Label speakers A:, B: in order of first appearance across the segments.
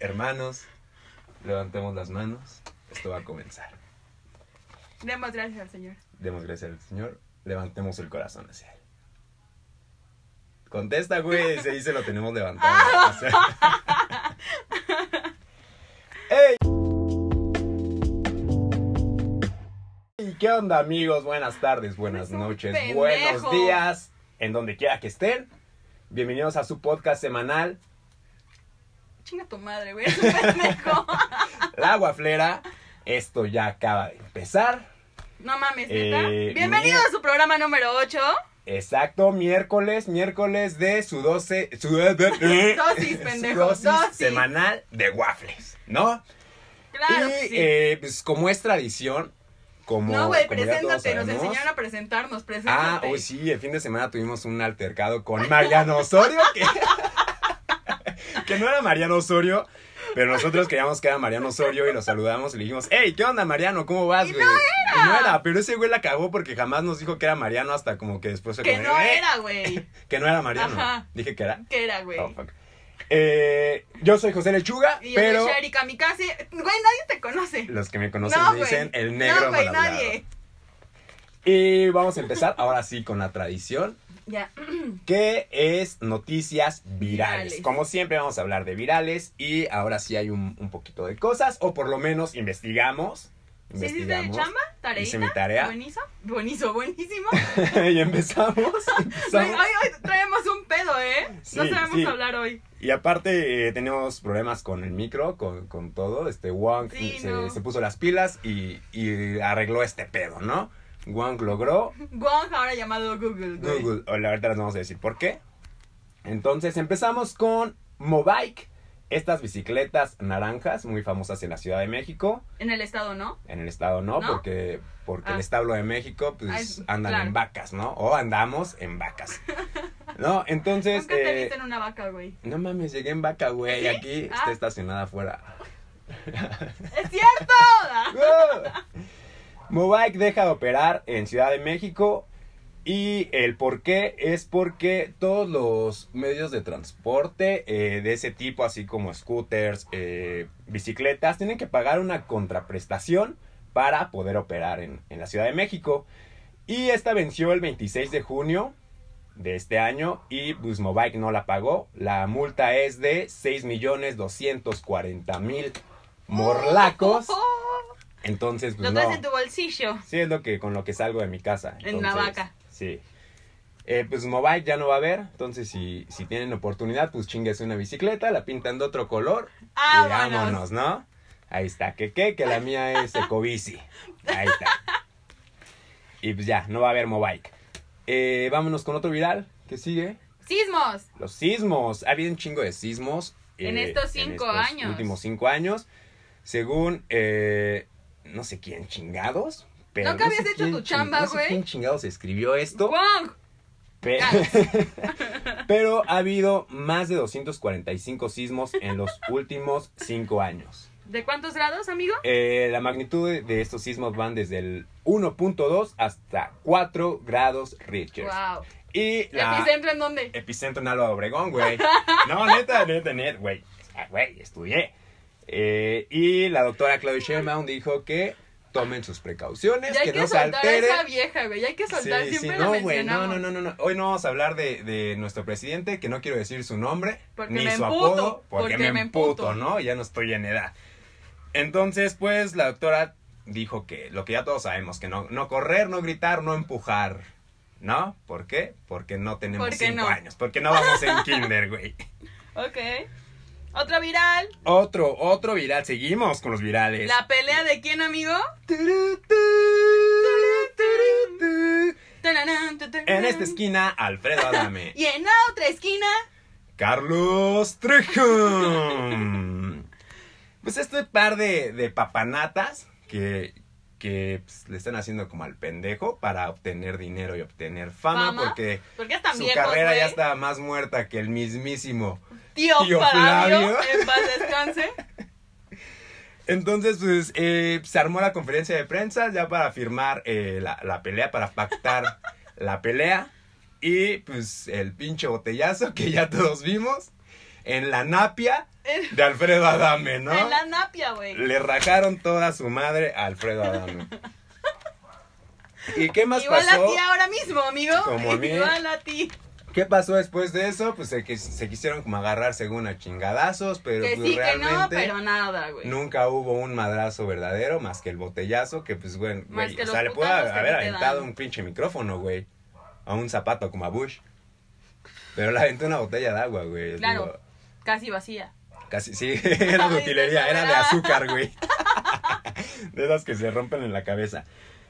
A: Hermanos, levantemos las manos. Esto va a comenzar.
B: Demos gracias al Señor.
A: Demos gracias al Señor. Levantemos el corazón hacia Él. Contesta, güey. Se dice lo tenemos levantado. O sea. ¡Ey! ¿Y qué onda, amigos? Buenas tardes, buenas
B: Eres un
A: noches,
B: pendejo.
A: buenos días, en donde quiera que estén. Bienvenidos a su podcast semanal,
B: Chinga tu madre, güey. Es un pendejo.
A: La Guaflera. Esto ya acaba de empezar.
B: No mames, neta.
A: Eh,
B: Bienvenido
A: mira.
B: a su programa número 8.
A: Exacto, miércoles, miércoles de su 12. Su, eh, dosis,
B: pendejo, dosis.
A: semanal de waffles, ¿no?
B: Claro,
A: y
B: que sí.
A: eh, pues como es tradición, como.
B: no, güey,
A: como ya todos
B: preséntate. Nos
A: sabemos-
B: enseñaron a presentarnos.
A: Ah,
B: Preséntate.
A: hoy sí, el fin de semana tuvimos un altercado con Mariano Osorio, que, que no era Mariano Osorio, pero nosotros creíamos que era Mariano Osorio y lo saludamos y le dijimos, hey, ¿qué onda Mariano? ¿Cómo vas,
B: Y
A: güey? Y no era, pero ese güey la cagó porque jamás nos dijo que era Mariano hasta como que después se
B: Que
A: comió,
B: no
A: "Eh,
B: era, güey.
A: que no era Mariano.
B: Ajá.
A: Dije que era.
B: Que era, güey.
A: Oh, fuck. Eh, yo soy José Lechuga,
B: y yo
A: pero
B: soy Shari Kamikaze. Güey, nadie te conoce.
A: los que me conocen me dicen el negro
B: No, güey,
A: mal hablado.
B: nadie.
A: Y vamos a empezar ahora sí con la tradición,
B: Ya.
A: que es noticias virales.
B: Virales.
A: Como siempre vamos a hablar de virales y ahora sí hay un, un poquito de cosas, o por lo menos investigamos.
B: ¿Sí hiciste
A: Investigamos.
B: chamba?
A: Hice
B: ¿Tareita?
A: mi tarea
B: ¿Buenizo? Buenizo, buenísimo.
A: y empezamos.
B: Güey,
A: empezamos.
B: hoy, hoy traemos un pedo, ¿eh? no
A: Sí,
B: sabemos
A: sí.
B: hablar hoy.
A: Y aparte eh, tenemos problemas con el micro, con, con todo. Este Wang
B: Sí,
A: se,
B: no.
A: se puso las pilas y, y arregló este pedo, ¿no? Wang logró
B: Wong, ahora llamado Google. güey.
A: Google. O la verdad les vamos a decir por qué. Entonces empezamos con Mobike. Estas bicicletas naranjas, muy famosas en la Ciudad de México.
B: En el estado, ¿no?
A: En el estado no,
B: ¿No?
A: porque, porque
B: Ah.
A: el establo de México, pues
B: Ah, es-
A: andan
B: claro.
A: en vacas, ¿no? O andamos en vacas. ¿No? Entonces.
B: Nunca te
A: eh,
B: viste en una vaca, güey.
A: no mames, llegué en vaca, güey.
B: ¿Sí?
A: Aquí
B: Ah.
A: está estacionada afuera.
B: ¡Es cierto!
A: Mobike deja de operar en Ciudad de México. Y el por qué es porque todos los medios de transporte eh, de ese tipo, así como scooters, eh, bicicletas, tienen que pagar una contraprestación para poder operar en, en la Ciudad de México. Y esta venció el 26 de junio de este año y pues Mobike no la pagó. La multa es de 6.240.000 morlacos. Entonces, pues
B: Oh, Lo
A: no.
B: traes en tu bolsillo.
A: Sí, es lo que, con lo que salgo de mi casa.
B: En la
A: Entonces,
B: vaca.
A: Sí. Eh, pues Mobike ya no va a haber, entonces si, si tienen oportunidad, pues chingues una bicicleta, la pintan de otro color y
B: ¡Vámonos!
A: vámonos, ¿no? Ahí está, que qué, que la mía es Ecobici. Ahí está. Y pues ya, no va a haber Mobike. Eh, vámonos con otro viral que sigue.
B: ¡Sismos!
A: Los sismos. Ha habido un chingo de sismos. eh,
B: En estos cinco años.
A: últimos cinco años. Según, eh, no sé quién chingados. Pero
B: Nunca
A: no sé
B: habías hecho
A: quién
B: tu
A: ching-
B: chamba,
A: no sé
B: güey.
A: quién chingados escribió esto.
B: ¡Wong!
A: Pe- pero ha habido más de 245 sismos en los últimos cinco años.
B: ¿De cuántos grados, amigo?
A: Eh, la magnitud de- de estos sismos van desde el 1.2 hasta 4 grados Richter.
B: ¡Wow!
A: Y la...
B: ¿Epicentro en dónde?
A: Epicentro en Alba de Obregón, güey. No, neta, neta, neta, güey. Ah, Güey, estudié. Eh, y la doctora Claudia Sheinbaum dijo que tomen sus precauciones,
B: Ya hay
A: que
B: que,
A: no se
B: soltar a
A: alteren.
B: esa vieja, güey. Ya hay que soltar.
A: Sí, sí,
B: Siempre la
A: no, güey, no,
B: mencionamos.
A: no, no, no, no. Hoy no vamos a hablar de, de nuestro presidente, que no quiero decir su nombre,
B: Porque
A: ni
B: me
A: su
B: emputo,
A: apodo, porque, me emputo,
B: emputo.
A: ¿no? Ya no estoy en edad. Entonces, pues, la doctora dijo que lo que ya todos sabemos, que no, no correr, no gritar, no empujar, ¿no? ¿Por qué? Porque no tenemos
B: ¿Por qué
A: cinco
B: no?
A: años, porque no vamos en kinder, güey.
B: Ok. Otro viral.
A: Otro, otro viral, seguimos con los virales.
B: ¿La pelea de quién, amigo?
A: Turu, turu, turu, turu.
B: Tananán, tananán.
A: En esta esquina, Alfredo Adame.
B: Y en la otra esquina.
A: Carlos Trejo. Pues este par de, de papanatas que, que pues, le están haciendo como al pendejo para obtener dinero y obtener fama,
B: Fama.
A: porque
B: Porque están
A: su
B: viejos,
A: carrera ya
B: güey.
A: está más muerta que el mismísimo.
B: Tío,
A: Tío
B: Flavio,
A: Flavio.
B: en paz descanse.
A: Entonces, pues eh, se armó la conferencia de prensa ya para firmar eh, la, la pelea, para pactar la pelea. Y pues el pinche botellazo que ya todos vimos. en la napia
B: En,
A: de Alfredo Adame, ¿no?
B: en la napia, güey.
A: Le rajaron toda su madre a Alfredo Adame. ¿Y qué más
B: Igual
A: pasó?
B: a ti ahora mismo, amigo.
A: Como a mí.
B: Igual a ti.
A: ¿Qué pasó después de eso? Pues se, que- se quisieron como agarrar según a chingadazos, pero
B: que
A: pues
B: sí, que no, pues.
A: realmente
B: pero nada, güey.
A: nunca hubo un madrazo verdadero más que el botellazo, que pues, güey,
B: Más
A: güey,
B: que
A: o
B: los
A: sea, le pudo
B: putazos que
A: haber
B: sí te
A: aventado
B: dan.
A: un pinche micrófono, güey, a un zapato como a Bush. Pero le aventó una botella de agua, güey.
B: Claro.
A: digo,
B: Casi vacía.
A: Casi, sí, era de
B: Ay,
A: utilería,
B: de
A: era de
B: verdad.
A: azúcar, güey. De las que se rompen en la cabeza.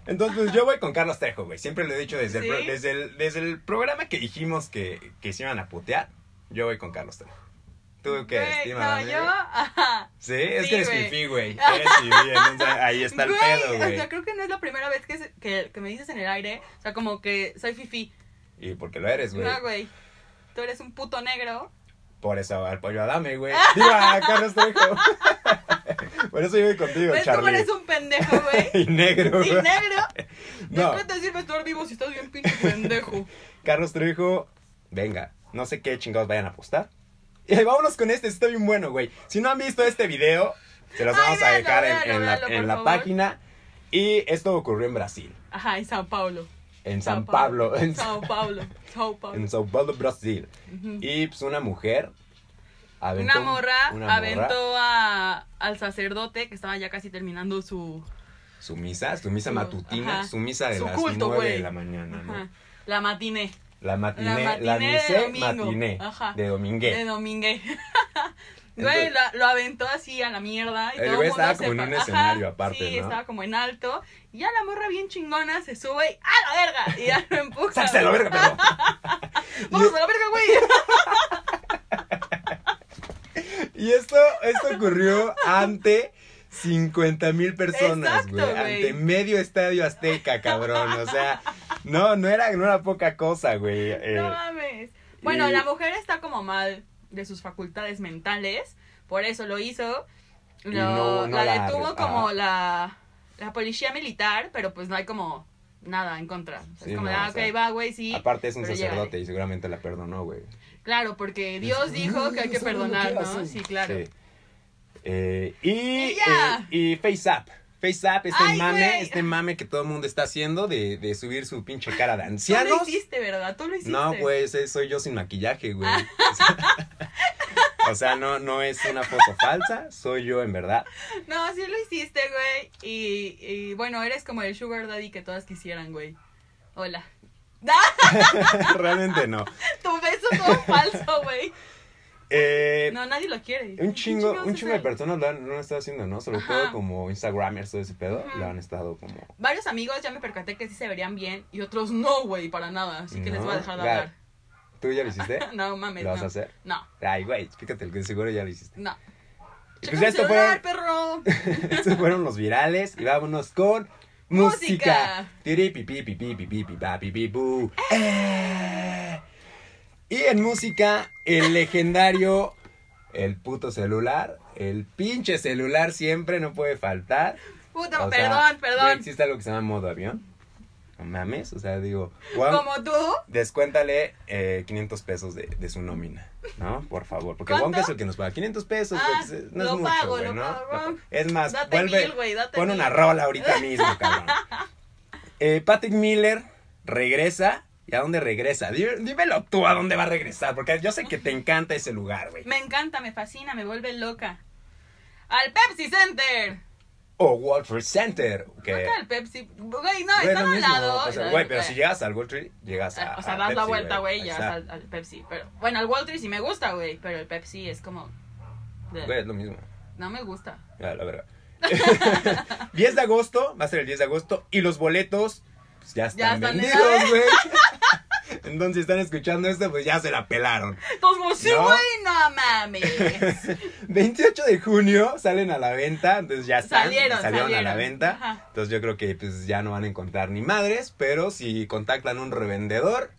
A: Entonces, pues, yo voy con Carlos Trejo, güey. Siempre lo he dicho desde, el, pro-
B: ¿Sí?
A: desde, el, desde el programa que dijimos que, que se iban a putear. Yo voy con Carlos Trejo. ¿Tú qué?
B: Güey,
A: estima,
B: No,
A: Dani,
B: yo.
A: güey?
B: Ajá.
A: Sí, es
B: Sí,
A: que eres
B: güey.
A: fifí, güey. Eres fifí, entonces ahí está el
B: Güey,
A: pedo,
B: O sea,
A: güey.
B: creo que no es la primera vez que, se- que, que me dices en el aire. O sea, como que soy fifi.
A: Y porque lo eres, güey.
B: No, güey. Tú eres un puto negro.
A: Por eso al pollo Adame, güey. Digo, a Carlos Trejo. Por eso yo voy contigo,
B: ¿Ves cómo
A: Charlie.
B: eres un pendejo, güey?
A: Y negro,
B: Y
A: güey.
B: negro.
A: No.
B: No. te sirve estar vivo si estás bien pinche pendejo.
A: Carlos Trejo, venga, no sé qué chingados vayan a apostar. Y vámonos con este, está bien bueno, güey. Si no han visto este video, se los
B: Ay,
A: vamos a
B: véanlo,
A: dejar en-
B: véanlo,
A: en, la-
B: véanlo,
A: en
B: por
A: la,
B: favor.
A: página. Y esto ocurrió en Brasil,
B: Ajá, en Sao Paulo.
A: en San Pablo, en,
B: Sao Paulo. Sao Paulo.
A: en Sao Paulo, Brasil.
B: Ujú.
A: Y pues una mujer aventó
B: Una morra
A: una morra,
B: aventó a- al sacerdote que estaba ya casi terminando su.
A: su misa, su misa
B: su-
A: matutina,
B: ajá.
A: su misa de
B: Su
A: las
B: culto,
A: 9 de
B: güey.
A: la mañana, ¿no?
B: Ajá, la matiné.
A: La matiné, la,
B: La matiné de
A: misé
B: domingo.
A: matiné,
B: Ajá.
A: de domingué.
B: De domingue. Güey,
A: Entonces-
B: la- lo aventó así a la mierda. Y
A: El
B: todo
A: güey
B: mundo
A: estaba
B: se
A: como en
B: pa-
A: un
B: Ajá,
A: escenario aparte,
B: Sí,
A: ¿no?
B: estaba como en alto. Y ya la morra bien chingona se sube y ¡a la verga! Y ya lo empuja.
A: ¡Sáquese a la verga, perro!
B: ¡Vamos a la verga, güey!
A: Y esto, esto ocurrió ante 50 mil personas,
B: Exacto,
A: güey.
B: güey.
A: Ante medio estadio azteca, cabrón. O sea, no, no era, no era poca cosa, güey. Eh,
B: No mames. Bueno,
A: y-
B: la mujer está como mal de sus facultades mentales, por eso lo hizo.
A: Y
B: Lo-
A: no- no
B: la,
A: la
B: detuvo
A: arre-
B: como
A: ah.
B: la, la policía militar, pero pues no hay como nada en contra. O sea,
A: Sí,
B: es como,
A: no,
B: ah,
A: o
B: ok,
A: sea,
B: va, güey, sí.
A: aparte es un
B: pero
A: sacerdote
B: llégale.
A: y seguramente la perdonó, güey.
B: Claro, porque Dios dijo que hay que perdonar, ¿no? Sí, claro.
A: Sí. Eh, y, eh,
B: Y ya.
A: y, y FaceApp. FaceApp, este
B: Ay,
A: mame,
B: güey.
A: este mame que todo el mundo está haciendo de, de subir su pinche cara de
B: Tú lo
A: ancianos.
B: hiciste, ¿verdad? Tú lo hiciste. Ah.
A: No, güey, ese soy yo sin maquillaje, güey. O sea, no, no es una foto falsa, soy yo en verdad.
B: No, sí lo hiciste, güey. Y, y bueno, eres como el sugar daddy que todas quisieran, güey. Hola.
A: Realmente no.
B: Tu beso todo falso, güey.
A: Eh,
B: No, nadie lo quiere.
A: un chingo, un
B: se
A: chingo de
B: sabe.
A: personas lo han, lo han estado haciendo, ¿no? Sobre
B: Ajá.
A: todo como Instagramers, todo ese pedo,
B: Ujú.
A: lo han estado como...
B: Varios amigos ya me percaté que sí se verían bien y otros no, güey, para nada. Así que les voy a dejar de
A: No,
B: hablar.
A: ¿Tú ya lo hiciste?
B: No mames.
A: ¿Lo vas
B: no.
A: a hacer?
B: No,
A: Ay, güey, fíjate, el que seguro ya lo hiciste.
B: no.
A: Y
B: Checa
A: pues
B: mi
A: esto
B: celular,
A: fueron,
B: perro.
A: estos fueron los virales y vámonos con música.
B: Música.
A: Tiri, pi, pi, pi, pi, pi, pi, pi, pa, pi, pi, bu. Eh. Y en música, el legendario, el puto celular, el pinche celular siempre no puede faltar.
B: Puta,
A: O sea,
B: perdón,
A: güey,
B: perdón.
A: existe algo que se llama modo avión. No mames, o sea, digo, Juan,
B: Como tú.
A: descuéntale eh, 500 pesos de, de su nómina, ¿no? Por favor, porque
B: ¿Cuánto?
A: Juan que es el que nos paga 500 pesos,
B: Ah,
A: güey, pues, eh, no es
B: lo
A: mucho,
B: pago,
A: güey,
B: lo
A: ¿no?
B: pago.
A: Lo- Es más,
B: Date
A: vuelve,
B: mil, güey, date
A: pon una
B: mil.
A: rola ahorita mismo, cabrón. Eh, Patrick Miller regresa, ¿y a dónde regresa? Dí- Dímelo tú, ¿a dónde va a regresar? Porque yo sé que te encanta ese lugar, güey.
B: Me encanta, me fascina, me vuelve loca. Al Pepsi Center.
A: O World Trade Center, que...
B: Acá al Pepsi. Güey, no,
A: Güey,
B: están
A: lo
B: al
A: mismo,
B: lado. Ah,
A: o sea, güey, pero si llegas al World Trade, llegas a.
B: O sea,
A: a
B: das la
A: Pepsi,
B: vuelta, güey, ya
A: Exacto.
B: al, al Pepsi. Pero, bueno, al Walter sí me gusta, güey, pero el Pepsi es como... bleh,
A: Güey, es lo mismo.
B: No me gusta.
A: Ya, la verdad. 10 de agosto, va a ser el 10 de agosto, y los boletos pues, ya
B: Ya
A: están
B: están en
A: vendidos, güey. Entonces, si están escuchando esto, pues ya se la pelaron.
B: Todos como, sí,
A: ¿No?
B: güey, no mames.
A: 28 de junio salen a la venta, entonces ya están,
B: Salieron,
A: a la
B: salieron.
A: venta.
B: Ajá.
A: Entonces yo creo que pues ya no van a encontrar ni madres, pero si contactan un revendedor,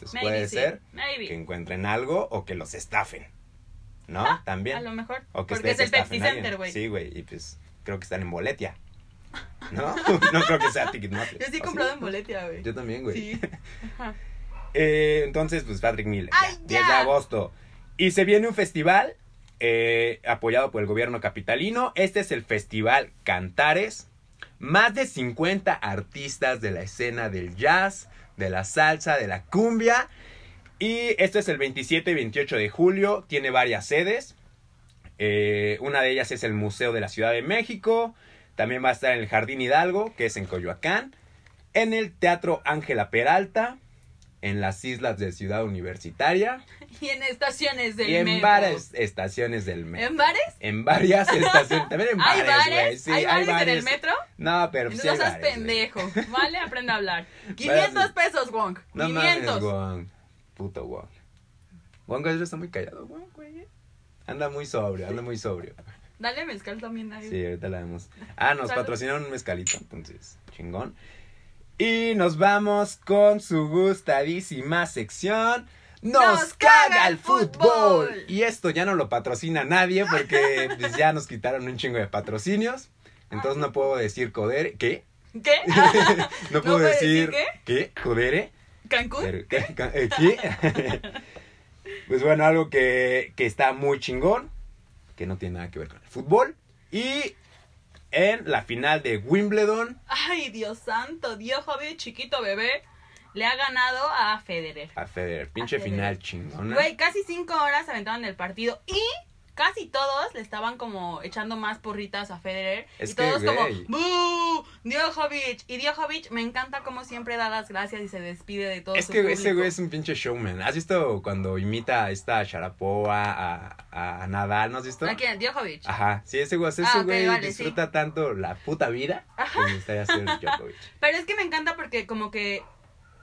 A: pues
B: Maybe,
A: puede
B: sí,
A: ser
B: Maybe.
A: que encuentren algo o que los estafen. ¿No? También.
B: A lo mejor.
A: O que
B: porque es
A: ustedes
B: el Pepsi
A: estafen a alguien.
B: Center, güey.
A: Sí, güey, y pues creo que están en Boletia. ¿No? no creo que sea Ticketmaster.
B: Yo sí he
A: ¿O
B: comprado en boletia, güey.
A: Yo también, güey.
B: Sí. Ajá.
A: Eh, entonces, pues Patrick Miller. ya,
B: ¡Ay,
A: 10 de
B: ya!
A: agosto. Y se viene un festival eh, apoyado por el gobierno capitalino. Este es el Festival Cantares. Más de 50 artistas de la escena del jazz, de la salsa, de la cumbia. Y esto es el 27 y 28 de julio. Tiene varias sedes. Eh, una de ellas es el Museo de la Ciudad de México. También va a estar en el Jardín Hidalgo, que es en Coyoacán. En el Teatro Ángela Peralta. En las islas de Ciudad Universitaria.
B: Y en estaciones del
A: y en
B: metro.
A: varias estaciones del metro.
B: ¿En bares?
A: En varias estaciones. También en
B: ¿Hay
A: bares,
B: bares?
A: güey. Sí,
B: ¿Hay bares en el metro?
A: No, pero sí
B: No
A: hay
B: seas
A: bares, güey.
B: pendejo, ¿vale? Aprende a hablar. 500 pesos, Wong.
A: No
B: 500.
A: mames, Wong. Puto Wong. Wong Guerrero está muy callado, Wong, güey. Anda muy sobrio, anda muy sobrio.
B: Dale mezcal también a
A: Sí, ahorita la vemos. Ah, nos
B: Salud.
A: patrocinaron un mezcalito, entonces, chingón. Y nos vamos con su gustadísima sección. ¡Nos,
B: ¡Nos
A: caga el fútbol! Y esto ya no lo patrocina nadie porque pues, ya nos quitaron un chingo de patrocinios. Entonces no puedo decir Codere. ¿Qué?
B: ¿Qué?
A: No puedo
B: puede
A: decir.
B: decir
A: ¿Qué? ¿Codere?
B: ¿Cancún?
A: Pero, ¿qué? ¿Eh, qué? pues bueno, algo que, que está muy chingón, que no tiene nada que ver con el fútbol. Y en la final de Wimbledon
B: Ay, Dios santo, Dios joven, chiquito bebé, le ha ganado a Federer.
A: a Federer, pinche
B: A Federer.
A: final chingona.
B: Güey, casi cinco horas aventaron el partido y casi todos le estaban como echando más porritas a Federer.
A: Es
B: y
A: que,
B: todos como,
A: güey.
B: ¡Buu! Djokovic. Y Djokovic me encanta como siempre da las gracias y se despide de todo
A: Es
B: su
A: que ese
B: público.
A: güey es un pinche showman. ¿Has visto cuando imita a esta Sharapova, a, a Nadal? ¿No has visto?
B: ¿A quién? Djokovic.
A: Ajá, sí, ese güey, ese
B: Ah, ok,
A: güey
B: vale,
A: disfruta tanto la puta vida que me gustaría ser Djokovic.
B: Pero es que me encanta porque como que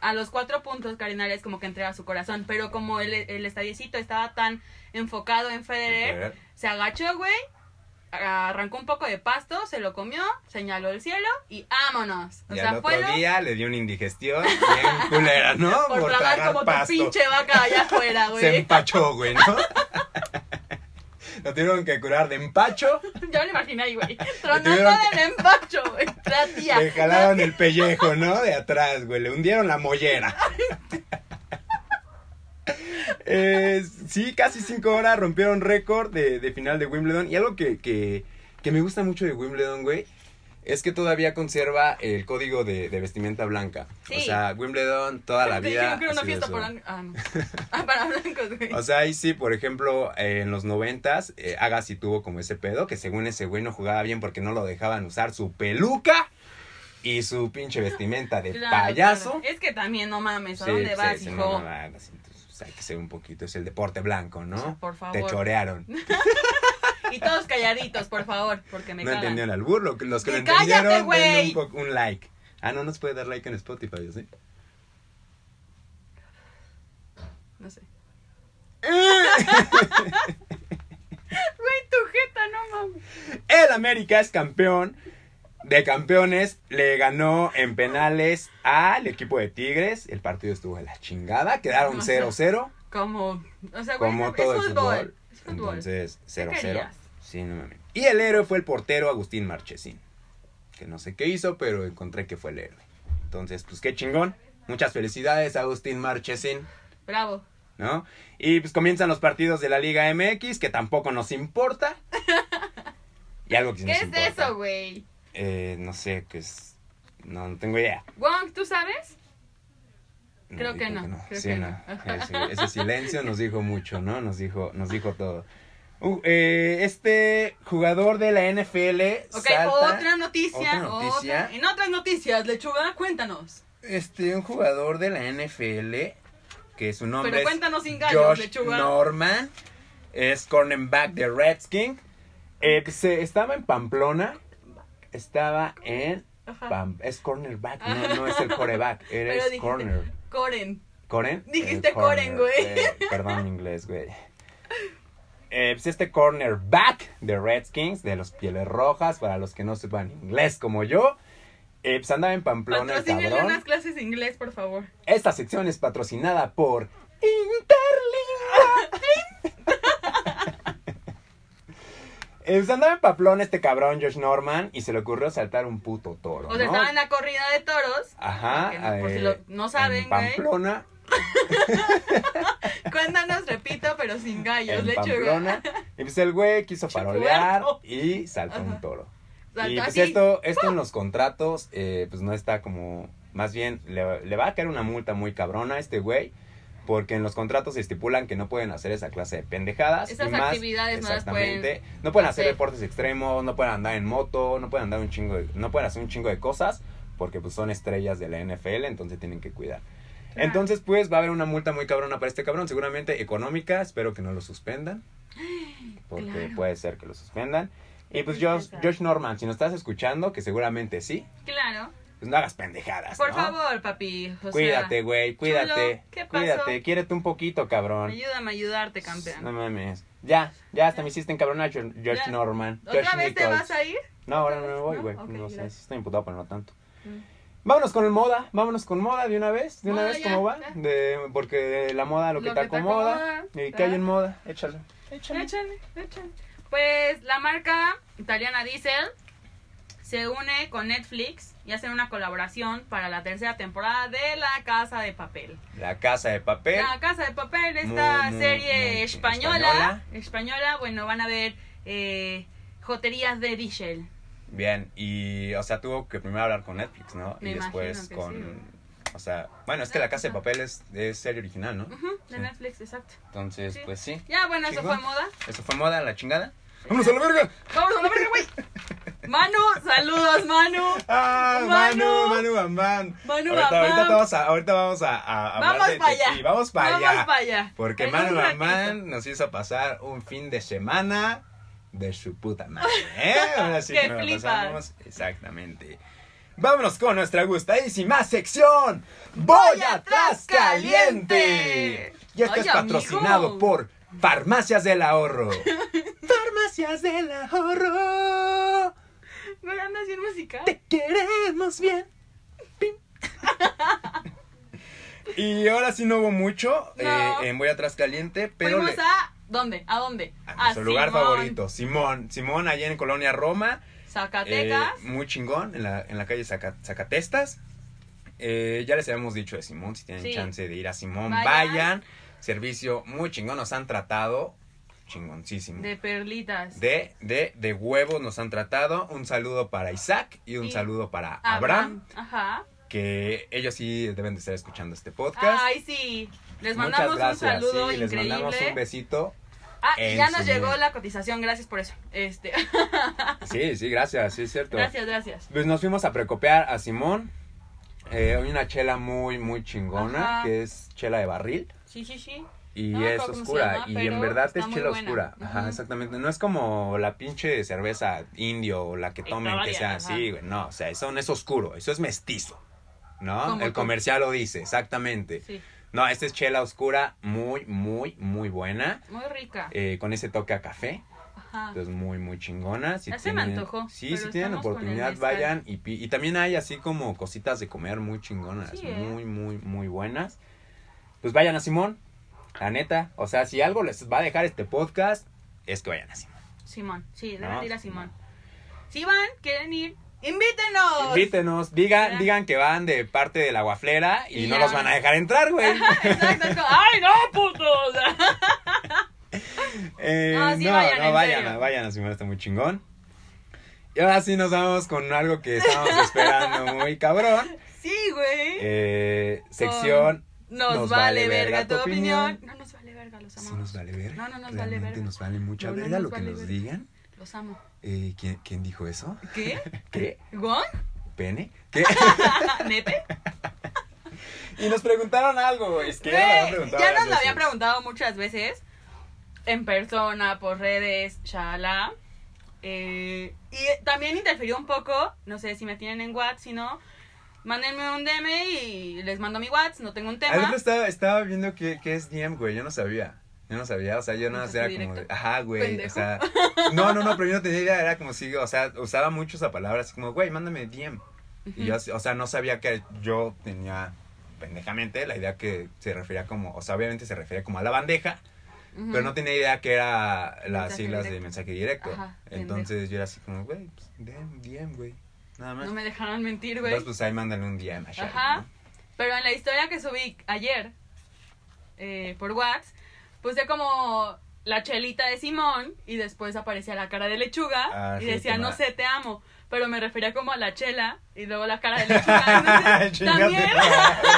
B: a los cuatro puntos Carinales como que entrega su corazón. Pero como el, el estadiecito estaba tan enfocado en Federer,
A: Federer.
B: se agachó, güey. Arrancó un poco de pasto, se lo comió, señaló el cielo y vámonos. O
A: Y
B: sea,
A: al
B: fue
A: otro
B: lo-
A: día le dio una indigestión bien culera, ¿no?
B: por, tragar como tu pinche vaca allá afuera,
A: Se
B: güey.
A: empachó, güey, ¿no? Lo tuvieron que curar de empacho,
B: Yo me lo imaginé ahí, güey. Tronando
A: tuvieron
B: del empacho, güey. La tía.
A: le jalaron el pellejo, ¿no? De atrás, güey, le hundieron la mollera. Eh, sí, casi cinco horas rompieron récord de, de final de Wimbledon. Y algo que, que, que me gusta mucho de Wimbledon, güey, es que todavía conserva el código de, de vestimenta blanca. O
B: Sí.
A: sea, Wimbledon toda la
B: Te
A: vida.
B: dijeron que era una
A: ha sido
B: fiesta
A: eso.
B: para... Ah, no. Ah, para blancos, güey.
A: O sea, ahí sí, por ejemplo, eh, en los noventas, eh, Agassi tuvo como ese pedo, que según ese güey no jugaba bien porque no lo dejaban usar su peluca y su pinche vestimenta de
B: Claro,
A: payaso.
B: claro. Es que también, no mames, ¿a
A: Sí,
B: dónde
A: sí,
B: vas,
A: sí,
B: hijo?
A: no, no, no, Agassi, entonces, pues, hay que ser un poquito, es el deporte blanco, ¿no?
B: O sea, por favor.
A: Te chorearon.
B: Y todos calladitos, por favor, porque me
A: No
B: cagan.
A: entendieron al burlo, los que lo
B: ¡Que cállate,
A: entendieron, denle un,
B: güey!
A: po- un like. Ah, no nos puede dar like en Spotify, ¿o ¿sí?
B: No sé. Güey, tu jeta, no mames.
A: El América es campeón de campeones. Le ganó en penales al equipo de Tigres. El partido estuvo de la chingada. Quedaron
B: No sé.
A: 0-0.
B: Como, o sea, güey,
A: Como
B: es,
A: todo
B: es
A: el
B: fútbol.
A: fútbol.
B: Es fútbol.
A: Entonces,
B: querías?
A: 0-0. Sí, no mames. Y el héroe fue el portero Agustín Marchesín. Que no sé qué hizo, pero encontré que fue el héroe. Entonces, pues qué chingón. Muchas felicidades, Agustín Marchesín.
B: Bravo.
A: ¿no? Y pues comienzan los partidos de la Liga MX, que tampoco nos importa. Y algo que sí
B: ¿Qué
A: nos
B: es
A: importa.
B: eso, güey?
A: Eh, no sé, que es... No, no tengo idea.
B: Wong, ¿tú sabes?
A: No,
B: Creo
A: yo
B: que no, creo
A: Sí,
B: que
A: no.
B: no.
A: Ese, ese silencio nos dijo mucho, ¿no? Nos dijo, nos dijo todo. Uh, eh, este jugador de la NFL
B: Ok,
A: salta-
B: otra noticia.
A: otra noticia.
B: otra- En otras noticias, lechuga, cuéntanos.
A: Este, un jugador de la NFL que su nombre
B: Pero
A: es
B: cuéntanos sin gallos,
A: Josh
B: lechuga.
A: Norman. Es cornerback de Redskins. Eh, se, estaba en Pamplona. Estaba en...
B: Ajá.
A: Pam- es cornerback, no, no es el coreback,
B: Ah. Pero
A: eres
B: dijiste,
A: corner.
B: Coren.
A: ¿Coren?
B: Dijiste
A: Eh, corner,
B: Coren, güey.
A: eh, perdón, inglés, güey. Eh, pues este cornerback de Redskins, de los Pieles Rojas, para los que no sepan inglés como yo, eh, pues andaba en Pamplona, el
B: Patrocínenle
A: cabrón.
B: unas clases de inglés, por favor.
A: Esta sección es patrocinada por Interlingua. Eh, pues andaba en Pamplona este cabrón, Josh Norman, y se le ocurrió saltar un puto toro,
B: O sea,
A: ¿no?
B: estaba en la corrida de toros.
A: Ajá. eh,
B: Porque no- por si lo- no
A: en
B: saben, güey.
A: Pamplona
B: Cuéntanos, repito, pero sin gallos,
A: en
B: lechuga.
A: Pamplona. Y pues el güey quiso farolear
B: Chupuerco.
A: y saltó un
B: Ajá.
A: toro.
B: Saltó
A: y pues
B: así. ¡Ah!
A: esto, esto en los contratos, eh, pues no está como, más bien le, le va a caer una multa muy cabrona a este güey. Porque en los contratos se estipulan que no pueden hacer esa clase de pendejadas.
B: Esas
A: y más,
B: actividades pues, no las
A: exactamente, No pueden hacer
B: hacer.
A: deportes extremos, no pueden andar en moto, no pueden andar un chingo, de- no pueden hacer un chingo de cosas porque pues son estrellas de la NFL, entonces tienen que cuidar.
B: Claro.
A: Entonces, pues va a haber una multa muy cabrona para este cabrón, seguramente económica, espero que no lo suspendan, porque
B: Claro.
A: puede ser que lo suspendan.
B: Qué
A: Y pues Josh,
B: tristeza.
A: Josh Norman, si nos estás escuchando, que seguramente sí,
B: Claro.
A: pues no hagas pendejadas.
B: Por
A: ¿no?
B: favor, papi. o
A: Cuídate,
B: sea,
A: güey, cuídate.
B: chulo, ¿qué pasó?
A: cuídate, quiérete un poquito, cabrón.
B: ayúdame a ayudarte, este campeón.
A: No mames. Ya, ya hasta me hiciste encabronar George, George
B: Ya.
A: Norman.
B: ¿Otra
A: Josh
B: vez te
A: Nichols.
B: vas a ir?
A: No, ahora no
B: otra
A: me
B: vez?
A: voy,
B: ¿No?
A: güey. No,
B: Ok,
A: sé,
B: gracias.
A: sí estoy imputado, pero no tanto.
B: Mm.
A: Vámonos con el moda, vámonos con moda de una vez, de una
B: Moda
A: vez
B: ya,
A: como va,
B: ya.
A: de, porque la moda lo, que, te acomoda. ¿Y qué hay en moda? Échalo.
B: Échale, échale. Pues la marca italiana Diesel se une con Netflix y hacen una colaboración para la tercera temporada de La Casa de Papel.
A: La casa de papel.
B: La Casa de Papel, esta
A: Muy, muy,
B: serie
A: muy
B: española, española. bueno, van a ver eh, joterías de Diesel.
A: Bien, y o sea, tuvo que primero hablar con Netflix, ¿no?
B: Me
A: y después
B: imagino que
A: con
B: sí,
A: o sea, bueno, es que la casa de papel es, es serie original, ¿no?
B: Ujú, de
A: Sí.
B: Netflix, exacto.
A: Entonces,
B: Sí.
A: pues sí.
B: Ya, bueno, eso
A: Chingón.
B: fue moda.
A: Eso fue moda, la chingada. ¡Vámonos a la verga!
B: Vamos a la verga, güey. Manu, saludos, Manu.
A: ¡Ah!
B: Manu.
A: Manu, Bam Bam.
B: Manu,
A: ahorita,
B: Bam
A: ahorita
B: Bam.
A: te vamos a, ahorita vamos a, a hablar
B: Vamos
A: de
B: pa'
A: Tequila.
B: allá.
A: Vamos para allá.
B: Vamos para allá.
A: Porque
B: En
A: Manu
B: un ratito.
A: Mamán nos hizo pasar un fin de semana de su puta madre. ¿eh? Ahora sí
B: ¡Qué
A: que nos la
B: flipas!
A: pasamos. Exactamente. Vámonos con nuestra gustadísima sección. ¡Voy atrás caliente! Y esto
B: Ay,
A: es patrocinado
B: amigo.
A: por Farmacias del Ahorro. Farmacias del Ahorro.
B: Güey, andas bien musical.
A: Te queremos bien. Pim. y ahora sí no hubo mucho
B: No.
A: eh, en Voy Atrás Caliente, pero
B: Fuimos
A: le-
B: a... ¿Dónde? ¿A dónde?
A: a nuestro lugar
B: Simón,
A: favorito, Simón. Simón, allá en Colonia Roma. eh,
B: Zacatecas.
A: muy chingón, en la, en la calle Zaca- Zacatestas. Eh, ya les habíamos dicho de Simón, si tienen
B: Sí.
A: chance de ir a Simón, vayan.
B: Vayan.
A: Servicio muy chingón, nos han tratado chingoncísimo.
B: de perlitas.
A: mm. De, de, de huevos nos han tratado. Un saludo para Isaac y un
B: Y
A: saludo para Abraham,
B: Ajá.
A: que ellos sí deben de estar escuchando este podcast.
B: Ay, sí. Les
A: Muchas
B: mandamos un
A: gracias,
B: saludo
A: sí, les
B: increíble.
A: mandamos un besito.
B: ah, y
A: en
B: ya
A: su
B: nos llegó
A: muro.
B: la cotización, gracias por eso. Este,
A: Sí, sí, gracias, sí es cierto.
B: gracias, gracias.
A: Pues nos fuimos a precopear a Simón. Eh, hay una chela muy, muy chingona,
B: Ajá.
A: que es chela de barril.
B: Sí, sí, sí.
A: Y
B: No me
A: es
B: acuerdo cómo se
A: oscura,
B: llama,
A: y en
B: pero
A: verdad
B: está
A: es
B: muy
A: chela
B: buena.
A: oscura. Ajá,
B: Ujú.
A: exactamente. No es como la pinche cerveza indio o la que tomen, que
B: Victoria,
A: sea
B: ajá.
A: así, güey. No, o sea, eso no es oscuro, eso es mestizo. ¿No?
B: Como
A: El
B: tú.
A: comercial lo dice, exactamente.
B: Sí,
A: No, esta es chela oscura, muy, muy, muy buena.
B: muy rica.
A: eh, con ese toque a café,
B: Ajá.
A: entonces muy, muy chingona. Si
B: Ah. Ya se me antojó,
A: Sí,
B: pero
A: si tienen
B: estamos con el
A: oportunidad,
B: mezcal.
A: vayan. Y, pi- y también hay así como cositas de comer muy chingonas,
B: Sí, ¿eh?
A: muy, muy, muy buenas. Pues vayan a Simón, la neta. O sea, si algo les va a dejar este podcast, es que vayan a Simón.
B: Simón, sí, deben
A: No,
B: de ir a Simón.
A: Simón.
B: Si van, quieren ir, invítenos.
A: Invítenos, digan,
B: Ya.
A: digan que van de parte de la guaflera y,
B: Y
A: no
B: ya
A: los
B: van
A: van
B: a-
A: a dejar entrar, güey.
B: Exacto, es como, ay, no, putos.
A: Eh, no,
B: No, sí
A: no,
B: vayan, en
A: vayan,
B: serio.
A: a- vayan a Simón, está muy chingón. Y ahora sí nos vamos con algo que estábamos esperando muy cabrón.
B: Sí, güey.
A: Eh, sección.
B: Nos,
A: Nos
B: vale, verga, tu opinión. No nos vale verga, los
A: Sí
B: amo.
A: nos vale verga.
B: No, no nos vale
A: Realmente
B: verga.
A: nos vale mucha
B: No, no
A: verga
B: nos
A: lo que
B: vale
A: nos
B: verga.
A: digan.
B: Los amo.
A: Eh, ¿quién, quién dijo eso?
B: ¿Qué?
A: ¿Qué?
B: ¿Gon?
A: ¿Pene? ¿Qué?
B: ¿Nepe?
A: y nos preguntaron algo, es que ya nos
B: Güey,
A: lo habían preguntado
B: ya nos
A: varias
B: lo
A: veces.
B: habían preguntado muchas veces. En persona, por redes, shala. Eh, y también interfirió un poco. No sé si me tienen en WhatsApp, si no. Mándenme un DM y les mando mi WhatsApp. No tengo un tema.
A: Ahorita estaba, estaba viendo que, que es DM, güey. Yo no sabía. Yo no sabía, o sea, yo nada más era
B: Mensaje
A: como, de,
B: directo.
A: ajá, güey, o
B: Pendejo.
A: sea, no, no, no, pero yo no tenía idea, era como si, o sea, usaba mucho esa palabra, así como, güey, mándame DM, y yo, así, o sea, no sabía que yo tenía, pendejamente, la idea que se refería como, o sea, obviamente se refería como a la bandeja,
B: Ujú.
A: Pero no tenía idea que era las
B: Mensaje
A: siglas de
B: directo.
A: mensaje directo.
B: Ajá,
A: Entonces yo era así como, güey, pues, DM, DM, güey. Nada más.
B: No me dejaron mentir, güey.
A: Entonces, pues ahí mándale un DM a Shaggy,
B: Ajá.
A: ¿no?
B: Pero en la historia que subí ayer, eh, por Whats, puse como la chelita de Simón y después aparecía la cara de lechuga
A: Ah,
B: y
A: sí,
B: decía,
A: qué
B: no
A: mal".
B: sé, te amo. Pero me refería como a la chela y luego la cara de lechuga. Entonces,
A: Chinga tu
B: Ah, También.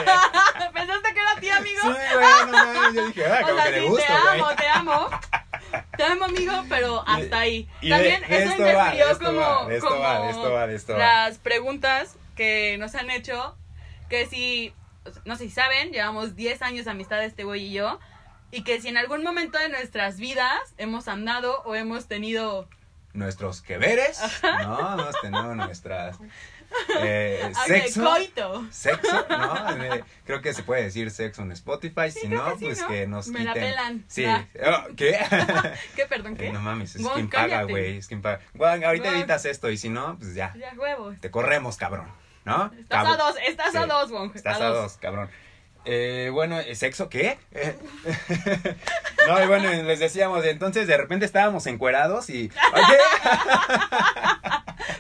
A: madre.
B: ¿Pensaste que era a ti, amigo?
A: Sí, güey, no mames, yo dije, ah,
B: O
A: como
B: sea,
A: que le
B: sí,
A: gusta,
B: te
A: güey.
B: amo, te amo. Te amo, amigo, pero hasta ahí.
A: y de-
B: También
A: de
B: eso
A: esto va,
B: interfirió
A: de esto
B: como,
A: va, de esto
B: como
A: va, de esto va, de esto va.
B: las preguntas que nos han hecho, que si, no sé si saben, llevamos 10 años de amistad este güey y yo, y que si en algún momento de nuestras vidas hemos andado o hemos tenido
A: Nuestros que veres, no, hemos tenido nuestras. Eh,
B: ah, de
A: sexo.
B: coito.
A: Sexo, ¿no? Eh, creo que se puede decir sexo en Spotify. si
B: creo
A: no,
B: que sí,
A: pues
B: ¿no?
A: que nos
B: Me la
A: quiten.
B: pelan.
A: Sí.
B: Ah.
A: Oh, ¿Qué?
B: ¿Qué, perdón, qué?
A: no mames, es
B: Gon,
A: quien paga,
B: cállate.
A: güey. Es quien paga. Juan, ahorita
B: Gon.
A: editas esto y si no, pues ya.
B: Ya, huevos.
A: Te corremos, cabrón. ¿No?
B: Estás
A: Cabo-
B: a dos, estás a
A: Sí.
B: dos, Wong.
A: Estás a dos, cabrón. Eh, bueno, ¿eh, ¿sexo qué? Eh, no, y bueno, les decíamos, entonces de repente estábamos encuerados y. Oye,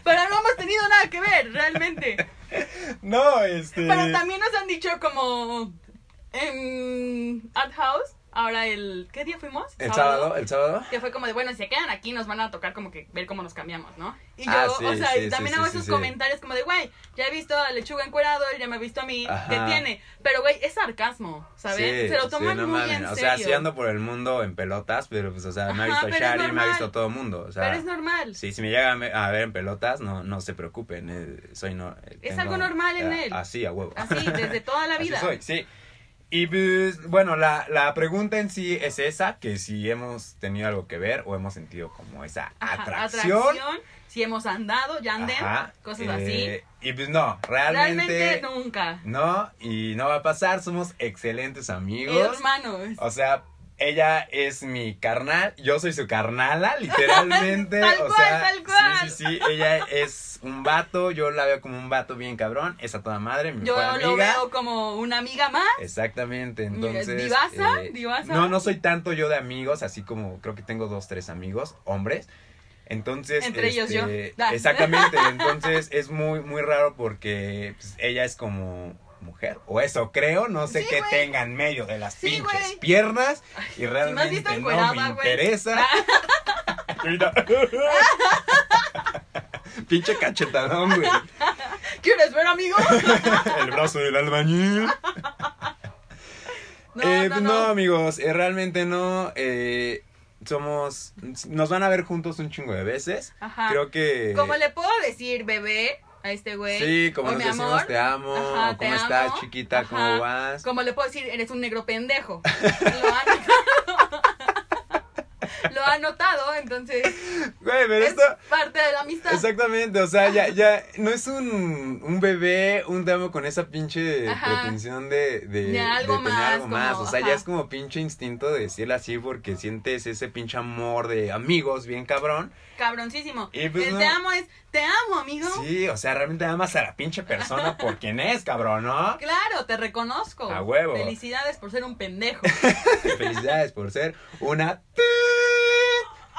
B: Pero no hemos tenido nada que ver, realmente.
A: no, este.
B: Pero también nos han dicho como en Art House, ahora el... ¿Qué día fuimos?
A: El sábado, el sábado.
B: Que fue como de, bueno, si se quedan aquí nos van a tocar como que ver cómo nos cambiamos, ¿no? Y yo,
A: Ah, sí,
B: o sea,
A: sí,
B: y
A: sí,
B: también
A: sí,
B: hago
A: sí,
B: esos
A: sí.
B: comentarios como de, güey, ya he visto a Lechuga encuerado, él ya me ha visto a mí,
A: Ajá.
B: ¿qué tiene? Pero, güey, es sarcasmo, ¿sabes?
A: Sí,
B: se lo
A: sí,
B: toman
A: no
B: muy
A: mames.
B: en serio.
A: O sea, sí ando por el mundo en pelotas, pero pues, o sea, me ha
B: Ajá,
A: visto
B: pero es
A: Shari, me ha
B: normal.
A: visto todo el mundo. O sea,
B: Pero es normal.
A: sí, si me llegan a me- a ver en pelotas, no, no se preocupen. eh, soy no, eh,
B: Es
A: tengo-
B: algo normal en
A: eh,
B: él.
A: Así, a huevo.
B: Así, desde toda la
A: Así
B: vida.
A: soy, sí. Y pues, bueno, la, la pregunta en sí es esa, que si hemos tenido algo que ver o hemos sentido como esa
B: Ajá,
A: atracción.
B: Si hemos andado, ya anden,
A: Ajá,
B: cosas
A: eh, Y pues no,
B: así.
A: realmente,
B: Realmente nunca.
A: no. y no va a pasar, somos excelentes amigos.
B: Hermanos.
A: O sea, ella es mi carnal, yo soy su carnala, literalmente.
B: Tal
A: o
B: cual,
A: sea,
B: tal
A: Sí,
B: cual.
A: sí, sí, ella es un vato, yo la veo como un vato bien cabrón, es a toda madre, mi
B: Yo
A: mejor
B: lo
A: amiga.
B: veo como una amiga más.
A: Exactamente,
B: Mira,
A: entonces. eh,
B: ¿divasa? ¿divasa?
A: No, no soy tanto yo de amigos, así como creo que tengo dos, tres amigos, hombres. Entonces. este,
B: Entre ellos yo. Ah. Da.
A: Exactamente, entonces es muy, muy raro porque pues, ella es como mujer, o eso creo, no sé
B: Sí,
A: qué
B: güey.
A: tengan medio de las
B: Sí,
A: pinches
B: güey.
A: piernas y
B: si me has
A: realmente
B: visto
A: no
B: encuerada,
A: me
B: güey. Ah.
A: interesa. Mira. Pinche cachetadón, güey.
B: ¿Quieres ver, amigo?
A: El brazo del albañil.
B: No,
A: Eh,
B: no,
A: no,
B: no.
A: amigos, eh, realmente no. eh, somos. Nos van a ver juntos un chingo de veces.
B: Ajá.
A: Creo que.
B: Ah, ¿Cómo le puedo decir bebé a este güey?
A: Eh, Sí, como
B: O,
A: nos
B: mi
A: decimos,
B: amor,
A: te amo.
B: Ajá,
A: o
B: te
A: ¿Cómo estás,
B: amo.
A: chiquita? ¿Cómo
B: Ajá.
A: vas?
B: ¿Cómo le puedo decir? Eres un negro pendejo. Lo ha notado. Lo ha notado, entonces
A: Güey, pero
B: es
A: esto.
B: parte de la amistad.
A: Exactamente, o sea, ya, ya, no es un, un bebé, un damo con esa pinche
B: Ajá.
A: pretensión de, de,
B: De algo
A: tener
B: más,
A: algo más,
B: como,
A: o sea, ya
B: ajá.
A: es como pinche instinto de decirlo así porque sientes ese pinche amor de amigos bien cabrón
B: Cabroncísimo.
A: Y pues
B: El
A: no.
B: te amo es, te amo, amigo.
A: Sí, o sea, realmente amas a la pinche persona por quien es, cabrón, ¿no?
B: Claro, te reconozco.
A: A huevo.
B: Felicidades por ser un pendejo.
A: Felicidades por ser una.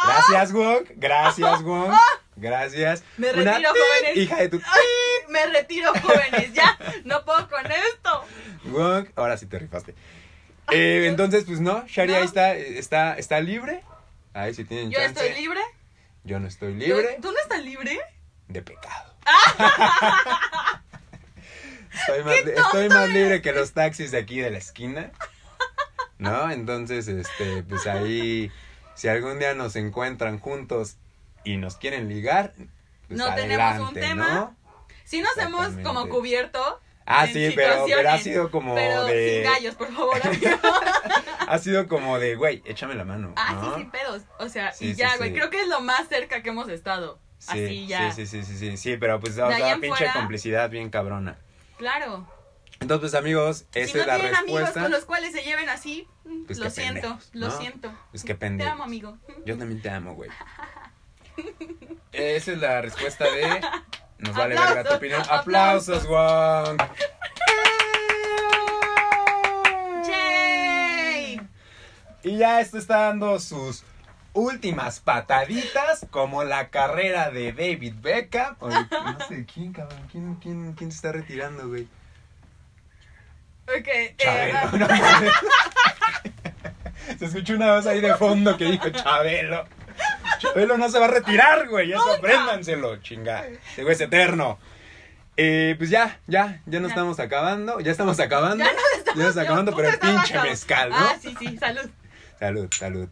A: Gracias, Wong. Gracias, Wong. Gracias.
B: Me
A: Una
B: retiro, jóvenes.
A: Hija de tu.
B: Ay, me retiro, jóvenes, ya. No puedo con esto.
A: Wong, ahora sí te rifaste. Eh, entonces, pues no, Shari
B: No.
A: ahí está, está, está libre. Ahí sí tienen
B: Yo
A: chance.
B: estoy libre.
A: Yo no estoy libre
B: Yo- ¿Tú no estás libre?
A: de pecado. Estoy más,
B: ¡Qué
A: estoy
B: tonto
A: más libre
B: eres!
A: que los taxis de aquí de la esquina. ¿No? Entonces, este, pues ahí, si algún día nos encuentran juntos y nos quieren ligar, pues
B: No tenemos un
A: adelante,
B: tema.
A: ¿no?
B: Sí nos hemos como
A: Exactamente.
B: cubierto.
A: Ah,
B: en
A: sí, pero, pero ha
B: situaciones,
A: sido como
B: pero
A: de.
B: sin gallos, por favor, amigo.
A: Ha sido como de, güey, échame la mano.
B: Ah,
A: ¿no?
B: sí, sin pedos. O sea,
A: Sí,
B: y
A: sí,
B: ya,
A: sí.
B: güey. Creo que es lo más cerca que hemos estado.
A: Sí,
B: Así Ah, ya.
A: Sí, sí, sí, sí, sí, sí, pero pues, o
B: De ahí
A: sea,
B: en
A: pinche
B: fuera-
A: complicidad bien cabrona.
B: Claro.
A: Entonces, pues, amigos, esa
B: si no
A: es la
B: tienen amigos
A: respuesta.
B: con los cuales se lleven así, mm,
A: Pues
B: lo
A: qué
B: siento,
A: pendejos,
B: lo
A: ¿no?
B: siento.
A: Pues qué
B: Te
A: pendejo.
B: amo, amigo.
A: Yo también te amo, güey. Esa es la respuesta de. Nos vale verga tu
B: Aplausos,
A: opinión.
B: aplausos.
A: ¡Aplausos, Wong!
B: ¡Yay!
A: Y ya esto está dando sus últimas pataditas, como la carrera de David Beckham. O de- no sé quién, cabrón. ¿Quién, quién, quién se está retirando, güey?
B: Ok. eh,
A: Chabelo,
B: ah,
A: no mames. Se escuchó una voz ahí de fondo que dijo, Chabelo. Chabelo no se va a retirar, güey. Eso apréndanselo, chinga. Ese güey es eterno. Eh, pues ya, ya, ya nos
B: Ya.
A: estamos acabando. Ya estamos acabando.
B: Ya nos estamos
A: acabando, pero el
B: ya nos
A: pinche
B: acabamos.
A: mezcal, ¿no?
B: Ah, sí, sí, salud.
A: Salud, salud.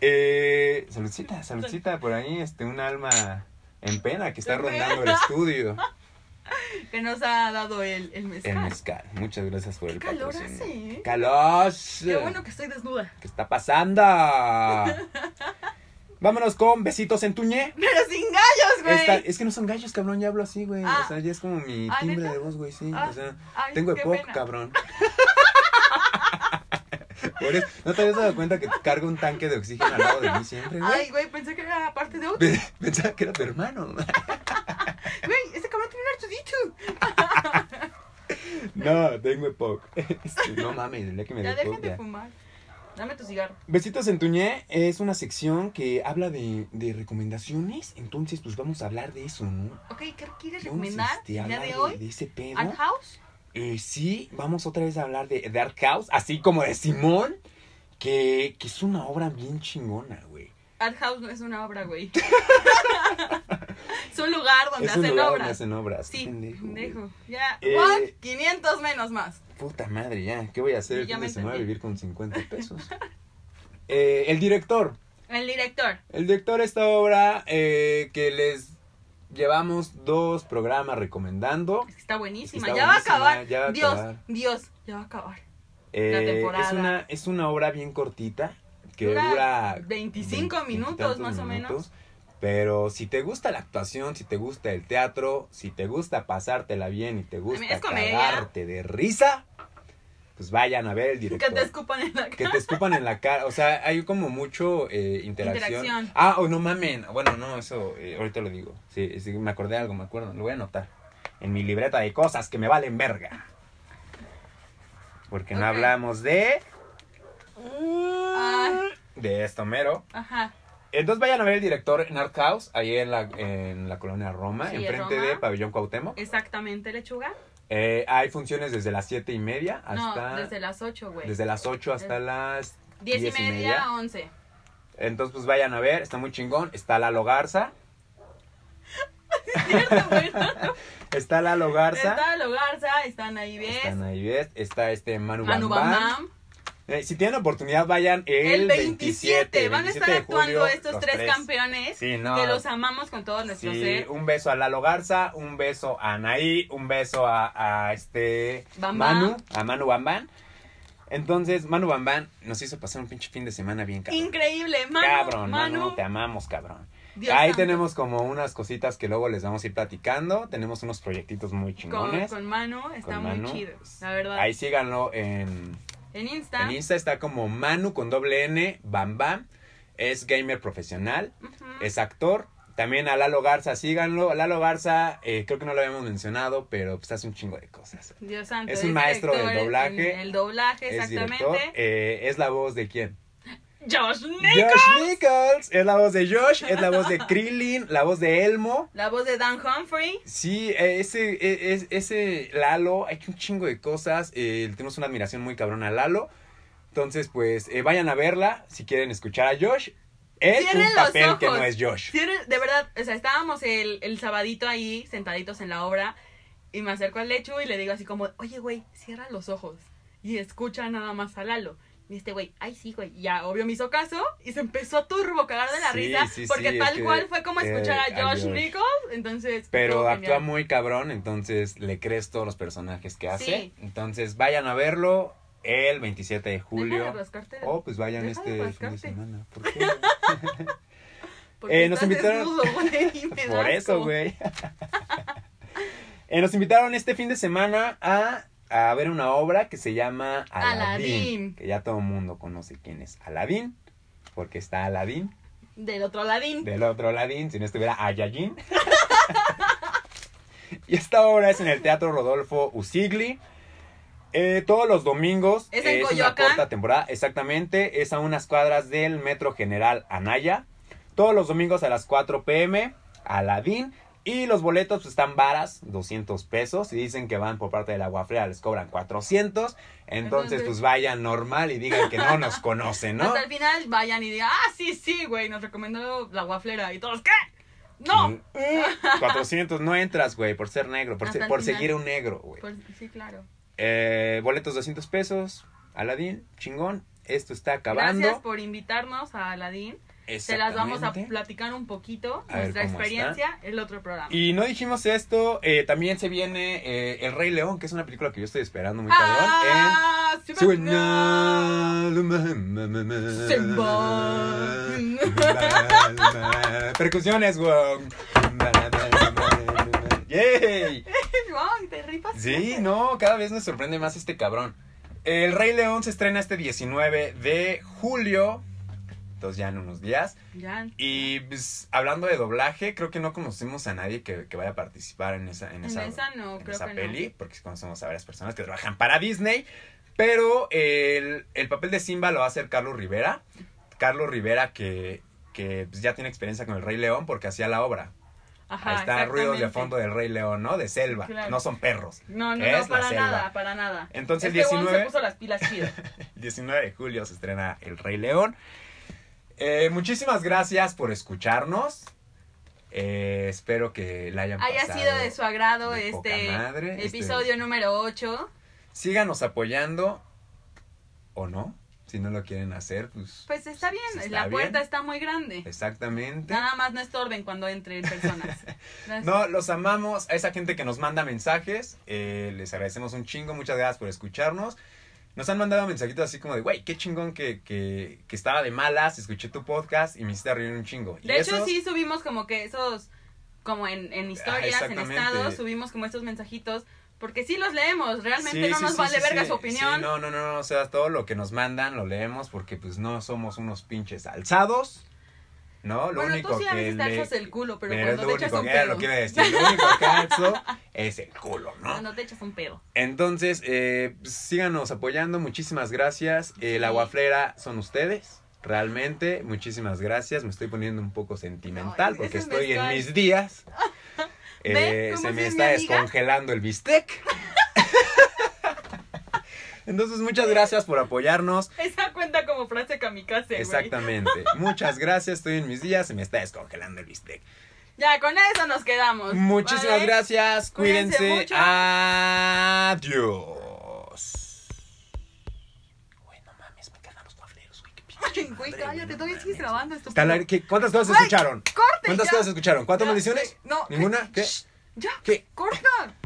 A: Eh, saludcita, saludcita. Por ahí, este, un alma en pena que está
B: En pena.
A: rondando el estudio.
B: Que nos ha dado el, el mezcal.
A: El mezcal. Muchas gracias por el
B: calor
A: patrocinio.
B: hace, ¿eh?
A: ¡Calor!
B: Qué bueno que estoy desnuda.
A: ¿Qué está pasando? Vámonos con besitos en tuñé.
B: Pero sin gallos, güey.
A: es que no son gallos, cabrón, ya hablo así, güey.
B: Ah.
A: O sea, ya es como mi
B: Ah,
A: timbre
B: ¿neta?
A: de voz, güey, sí.
B: Ah,
A: o sea,
B: ay,
A: tengo
B: qué
A: EPOC,
B: pena.
A: cabrón. Por eso, ¿No te habías dado cuenta que cargo un tanque de oxígeno al lado de mí siempre, güey?
B: Ay, güey, pensé que era parte de otro.
A: Pe- Pensaba que era tu hermano.
B: Güey, ese cabrón tiene un archudito.
A: No, tengo EPOC. Este, no mames, el día que me
B: Ya
A: dé EPOC,
B: dejen de
A: ya.
B: fumar. Dame tu cigarro.
A: Besitos en Tuñé es una sección que habla de, de recomendaciones. Entonces, pues vamos a hablar de eso, ¿no?
B: Ok, ¿qué quieres
A: Vamos,
B: recomendar
A: este, a
B: el día
A: hablar
B: de hoy?
A: De ese pedo.
B: Art House.
A: Eh, sí, vamos otra vez a hablar de Dark House, así como de Simón, que, que es una obra bien chingona, güey.
B: Art House no es una obra, güey. es un lugar donde
A: Es un
B: hacen
A: lugar donde
B: obras.
A: hacen obras.
B: Sí,
A: pendejo, güey.
B: pendejo. Ya,
A: Eh,
B: Fuck, 500 menos más.
A: Puta madre, ya. ¿Qué voy a hacer
B: Sí,
A: el
B: ya
A: fin de
B: me
A: semana?
B: entendí.
A: Vivir con 50 pesos. Eh, el director.
B: El director.
A: El director de esta obra eh, que les llevamos dos programas recomendando.
B: Es que está buenísima.
A: Está
B: ya va a
A: buenísima,
B: acabar.
A: ya va a
B: Dios,
A: acabar.
B: Dios, ya va a acabar.
A: Eh,
B: La temporada.
A: Es una, es una obra bien cortita que
B: Dura
A: dura 20
B: 25
A: y
B: minutos,
A: tantos
B: más o menos.
A: Pero si te gusta la actuación, si te gusta el teatro, si te gusta pasártela bien y te gusta
B: es comedia.
A: cagarte de risa, pues vayan a ver el
B: Que
A: director.
B: te escupan en la cara.
A: Que te escupan en la cara. O sea, hay como mucho eh, interacción.
B: Interacción.
A: Ah, oh, no mamen. Bueno, no, eso eh, ahorita lo digo. Sí, sí, me acordé de algo, me acuerdo. Lo voy a anotar en mi libreta de cosas que me valen verga. Porque no
B: Ok.
A: hablamos de...
B: Ay,
A: De esto mero.
B: Ah, ajá.
A: Entonces vayan a ver el director en Art House, ahí en la, en la colonia Roma,
B: Sí, en
A: enfrente
B: Roma.
A: de Pabellón Cuauhtémoc.
B: Exactamente, lechuga.
A: Eh, hay funciones desde las siete y media hasta...
B: No, desde las 8, güey.
A: desde las 8 hasta las
B: 10 y
A: diez y
B: media
A: media.
B: a 11.
A: Entonces, pues vayan a ver, está muy chingón. Está Lalo Garza.
B: Cierto, güey.
A: Está Lalo Garza.
B: Está lo Garza, están ahí, ¿ves?
A: Están ahí, ¿ves? Está este Manu,
B: Manu
A: Bambam.
B: Bambam.
A: Eh, si tienen oportunidad, vayan el,
B: El 27. Van a
A: 27
B: estar
A: de
B: actuando
A: julio,
B: estos
A: los
B: tres campeones.
A: Sí, no.
B: Que los amamos con todo nuestro
A: Sí, uh,
B: ser.
A: un beso a Lalo Garza, un beso a Anaí, un beso a, a este
B: Bambam.
A: Manu, a Manu Bambán. Entonces, Manu Bambán nos hizo pasar un pinche fin de semana bien cabrón.
B: Increíble, Manu.
A: cabrón,
B: Manu,
A: Manu, te amamos, cabrón.
B: Dios
A: Ahí
B: santo.
A: tenemos como unas cositas que luego les vamos a ir platicando. Tenemos unos proyectitos muy
B: Con,
A: chingones.
B: con Manu, está
A: Con
B: muy
A: Manu.
B: chido. La verdad.
A: Ahí síganlo en,
B: en Insta.
A: en Insta. Está como Manu con doble N, Bam Bam. Es gamer profesional,
B: Ujú.
A: es actor. También a Lalo Garza, síganlo. Lalo Garza, eh, creo que no lo habíamos mencionado, pero pues hace un chingo de cosas.
B: Dios santo.
A: es un maestro del
B: director,
A: doblaje.
B: en El doblaje,
A: Es director.
B: exactamente.
A: eh, es la voz de quién?
B: Josh Nick.
A: Josh Nichols. Es la voz de Josh, es la voz de Krillin, la voz de Elmo.
B: La voz de Dan Humphrey.
A: Sí, eh, ese, eh, es- ese Lalo, hay un chingo de cosas. eh, tenemos una admiración muy cabrona a Lalo. Entonces, pues, eh, vayan a verla si quieren escuchar a Josh. Es
B: Cierren
A: un
B: los
A: papel que
B: ojos.
A: no es Josh.
B: Sí, era- de verdad, o sea, estábamos el, el sabadito ahí, sentaditos en la obra, y me acerco al lecho y le digo así como, oye, güey, cierra los ojos y escucha nada más a Lalo. Y este güey, ay, sí, güey, ya, obvio, me hizo caso y se empezó a turbo cagar de la
A: Sí,
B: risa,
A: sí,
B: porque
A: sí, es
B: tal
A: que-
B: cual fue como
A: eh,
B: escuchar a
A: a
B: Josh,
A: Josh.
B: Nichols, entonces...
A: Pero
B: estuvo
A: actúa
B: genial.
A: muy cabrón, entonces le crees todos los personajes que hace.
B: Sí.
A: Entonces, vayan a verlo el 27 de
B: Deja de
A: julio.
B: rascarte,
A: O pues vayan
B: Deja
A: este
B: de
A: fin de
B: rascarte.
A: semana. ¿Por qué?
B: porque
A: eh, nos
B: estás
A: invitaron-
B: desnudo, güey, y me
A: Por
B: da
A: eso,
B: asco.
A: güey. Eh, nos invitaron este fin de semana a, a ver una obra que se llama Aladdin,
B: Aladdin.
A: Que ya todo el mundo conoce quién es Aladdin. Porque está Aladdin.
B: Del otro Aladín.
A: Del otro Aladdin, si no estuviera Ayajin. y esta obra es en el Teatro Rodolfo Usigli. Eh, todos los domingos
B: Es en
A: eh,
B: Coyoacán.
A: una corta temporada, exactamente, es a unas cuadras del Metro General Anaya. Todos los domingos a las 4 pm, Aladín. Y los boletos pues, están varas, 200 pesos. Y dicen que van por parte del agua fría, les cobran 400. Entonces, pues vayan normal y digan que no nos conocen, ¿no?
B: Hasta el final vayan y digan, ah, sí, sí, güey, nos recomendó la guaflera. Y todos, ¿qué? ¡No!
A: Mm, 400 no entras, güey, por ser negro, por,
B: Hasta
A: se-
B: el
A: por
B: final.
A: seguir un negro, güey.
B: Por- Pues, sí, claro.
A: Eh, boletos 200 pesos, Aladín, chingón. Esto está acabando.
B: Gracias por invitarnos a Aladín. Se las vamos a
A: Exactamente.
B: platicar un poquito,
A: A ver
B: nuestra
A: cómo
B: experiencia, el otro programa.
A: Y no dijimos esto, eh, también se viene eh, El Rey León, que es una película que yo estoy esperando muy cabrón.
B: ¡Ah!
A: en-
B: Super-
A: Simba. Percusiones, güey. Yay.
B: Wow, te ripas.
A: Sí,
B: siempre.
A: no, cada vez nos sorprende más este cabrón. El Rey León se estrena este 19 de julio, entonces ya en unos días.
B: Ya.
A: Y pues, hablando de doblaje, creo que no conocemos a nadie que, que vaya a participar en esa, en
B: En
A: esa,
B: esa no,
A: en
B: creo
A: esa
B: que no.
A: peli, porque sí conocemos a varias personas que trabajan para Disney. Pero el, el papel de Simba lo va a hacer Carlos Rivera. Carlos Rivera que, que pues, ya tiene experiencia con el Rey León porque hacía la obra.
B: Ajá,
A: Ahí está ruidos de
B: exactamente.
A: fondo del Rey León, ¿no? De selva,
B: Claro.
A: no son perros.
B: No, no,
A: que es
B: no,
A: la
B: para
A: selva.
B: nada, para nada.
A: Entonces,
B: Este Wong
A: 19.
B: se puso las pilas chidas.
A: El 19 de julio se estrena El Rey León. Eh, muchísimas gracias por escucharnos. Eh, espero que la hayan
B: Haya
A: pasado.
B: sido de su agrado
A: de poca
B: este
A: madre, este-
B: episodio número 8.
A: Síganos apoyando o no, si no lo quieren hacer, pues
B: Pues está bien,
A: Pues está
B: la
A: bien.
B: puerta
A: Este.
B: está muy grande.
A: exactamente.
B: Nada más no estorben cuando entren personas. Gracias.
A: No, los amamos. A esa gente que nos manda mensajes, eh, les agradecemos un chingo. Muchas gracias por escucharnos. Nos han mandado mensajitos así como de, güey, qué chingón que, que, que estaba de malas, escuché tu podcast y me hiciste reír un chingo. Y
B: De hecho,
A: esos-
B: sí subimos como que esos, como en, en historias,
A: Ah,
B: en
A: exactamente.
B: estados, subimos como estos mensajitos, porque sí los leemos, realmente
A: Sí,
B: no
A: sí,
B: nos
A: sí,
B: vale
A: sí,
B: verga
A: sí.
B: su opinión.
A: Sí, no, no, no, no, o sea, todo lo que nos mandan lo leemos porque pues no somos unos pinches alzados, ¿no? Lo
B: bueno,
A: único
B: tú sí a
A: que
B: veces te
A: le-
B: echas el culo, pero
A: Mira, es
B: cuando
A: lo
B: te echas
A: único
B: un
A: que lo
B: pedo.
A: quiere decir, lo único que alzo es el culo, ¿no?
B: Cuando Ah, te echas un pedo.
A: Entonces, eh, síganos apoyando, muchísimas gracias. Eh, La
B: Sí.
A: guaflera son ustedes, realmente, muchísimas gracias. Me estoy poniendo un poco sentimental
B: Ay,
A: porque
B: ese
A: estoy en
B: mezcal.
A: mis días. Eh,
B: ¿Ve cómo
A: se
B: sí
A: me
B: es mi
A: está
B: amiga?
A: descongelando el bistec. Entonces, muchas gracias por apoyarnos.
B: Esa cuenta como frase kamikaze, güey.
A: Exactamente. Muchas gracias, estoy en mis días, se me está descongelando el bistec.
B: Ya, con eso nos quedamos.
A: Muchísimas
B: ¿vale?
A: gracias.
B: Cuídense
A: Cuídense.
B: mucho.
A: Adiós. Güey, no mames, me quedan los guafleros, güey. Qué
B: Ay,
A: pinche
B: güey,
A: madre,
B: cállate,
A: no
B: todavía
A: mames.
B: sigues grabando esto.
A: Está al aire, ¿qué? ¿Cuántas cosas
B: Güey,
A: escucharon?
B: ¡Corte!
A: ¿Cuántas
B: ya!
A: cosas escucharon? ¿Cuántas
B: Ya,
A: maldiciones?
B: No.
A: ¿Ninguna? ¿Qué?
B: Ya,
A: ¿Qué?
B: corta.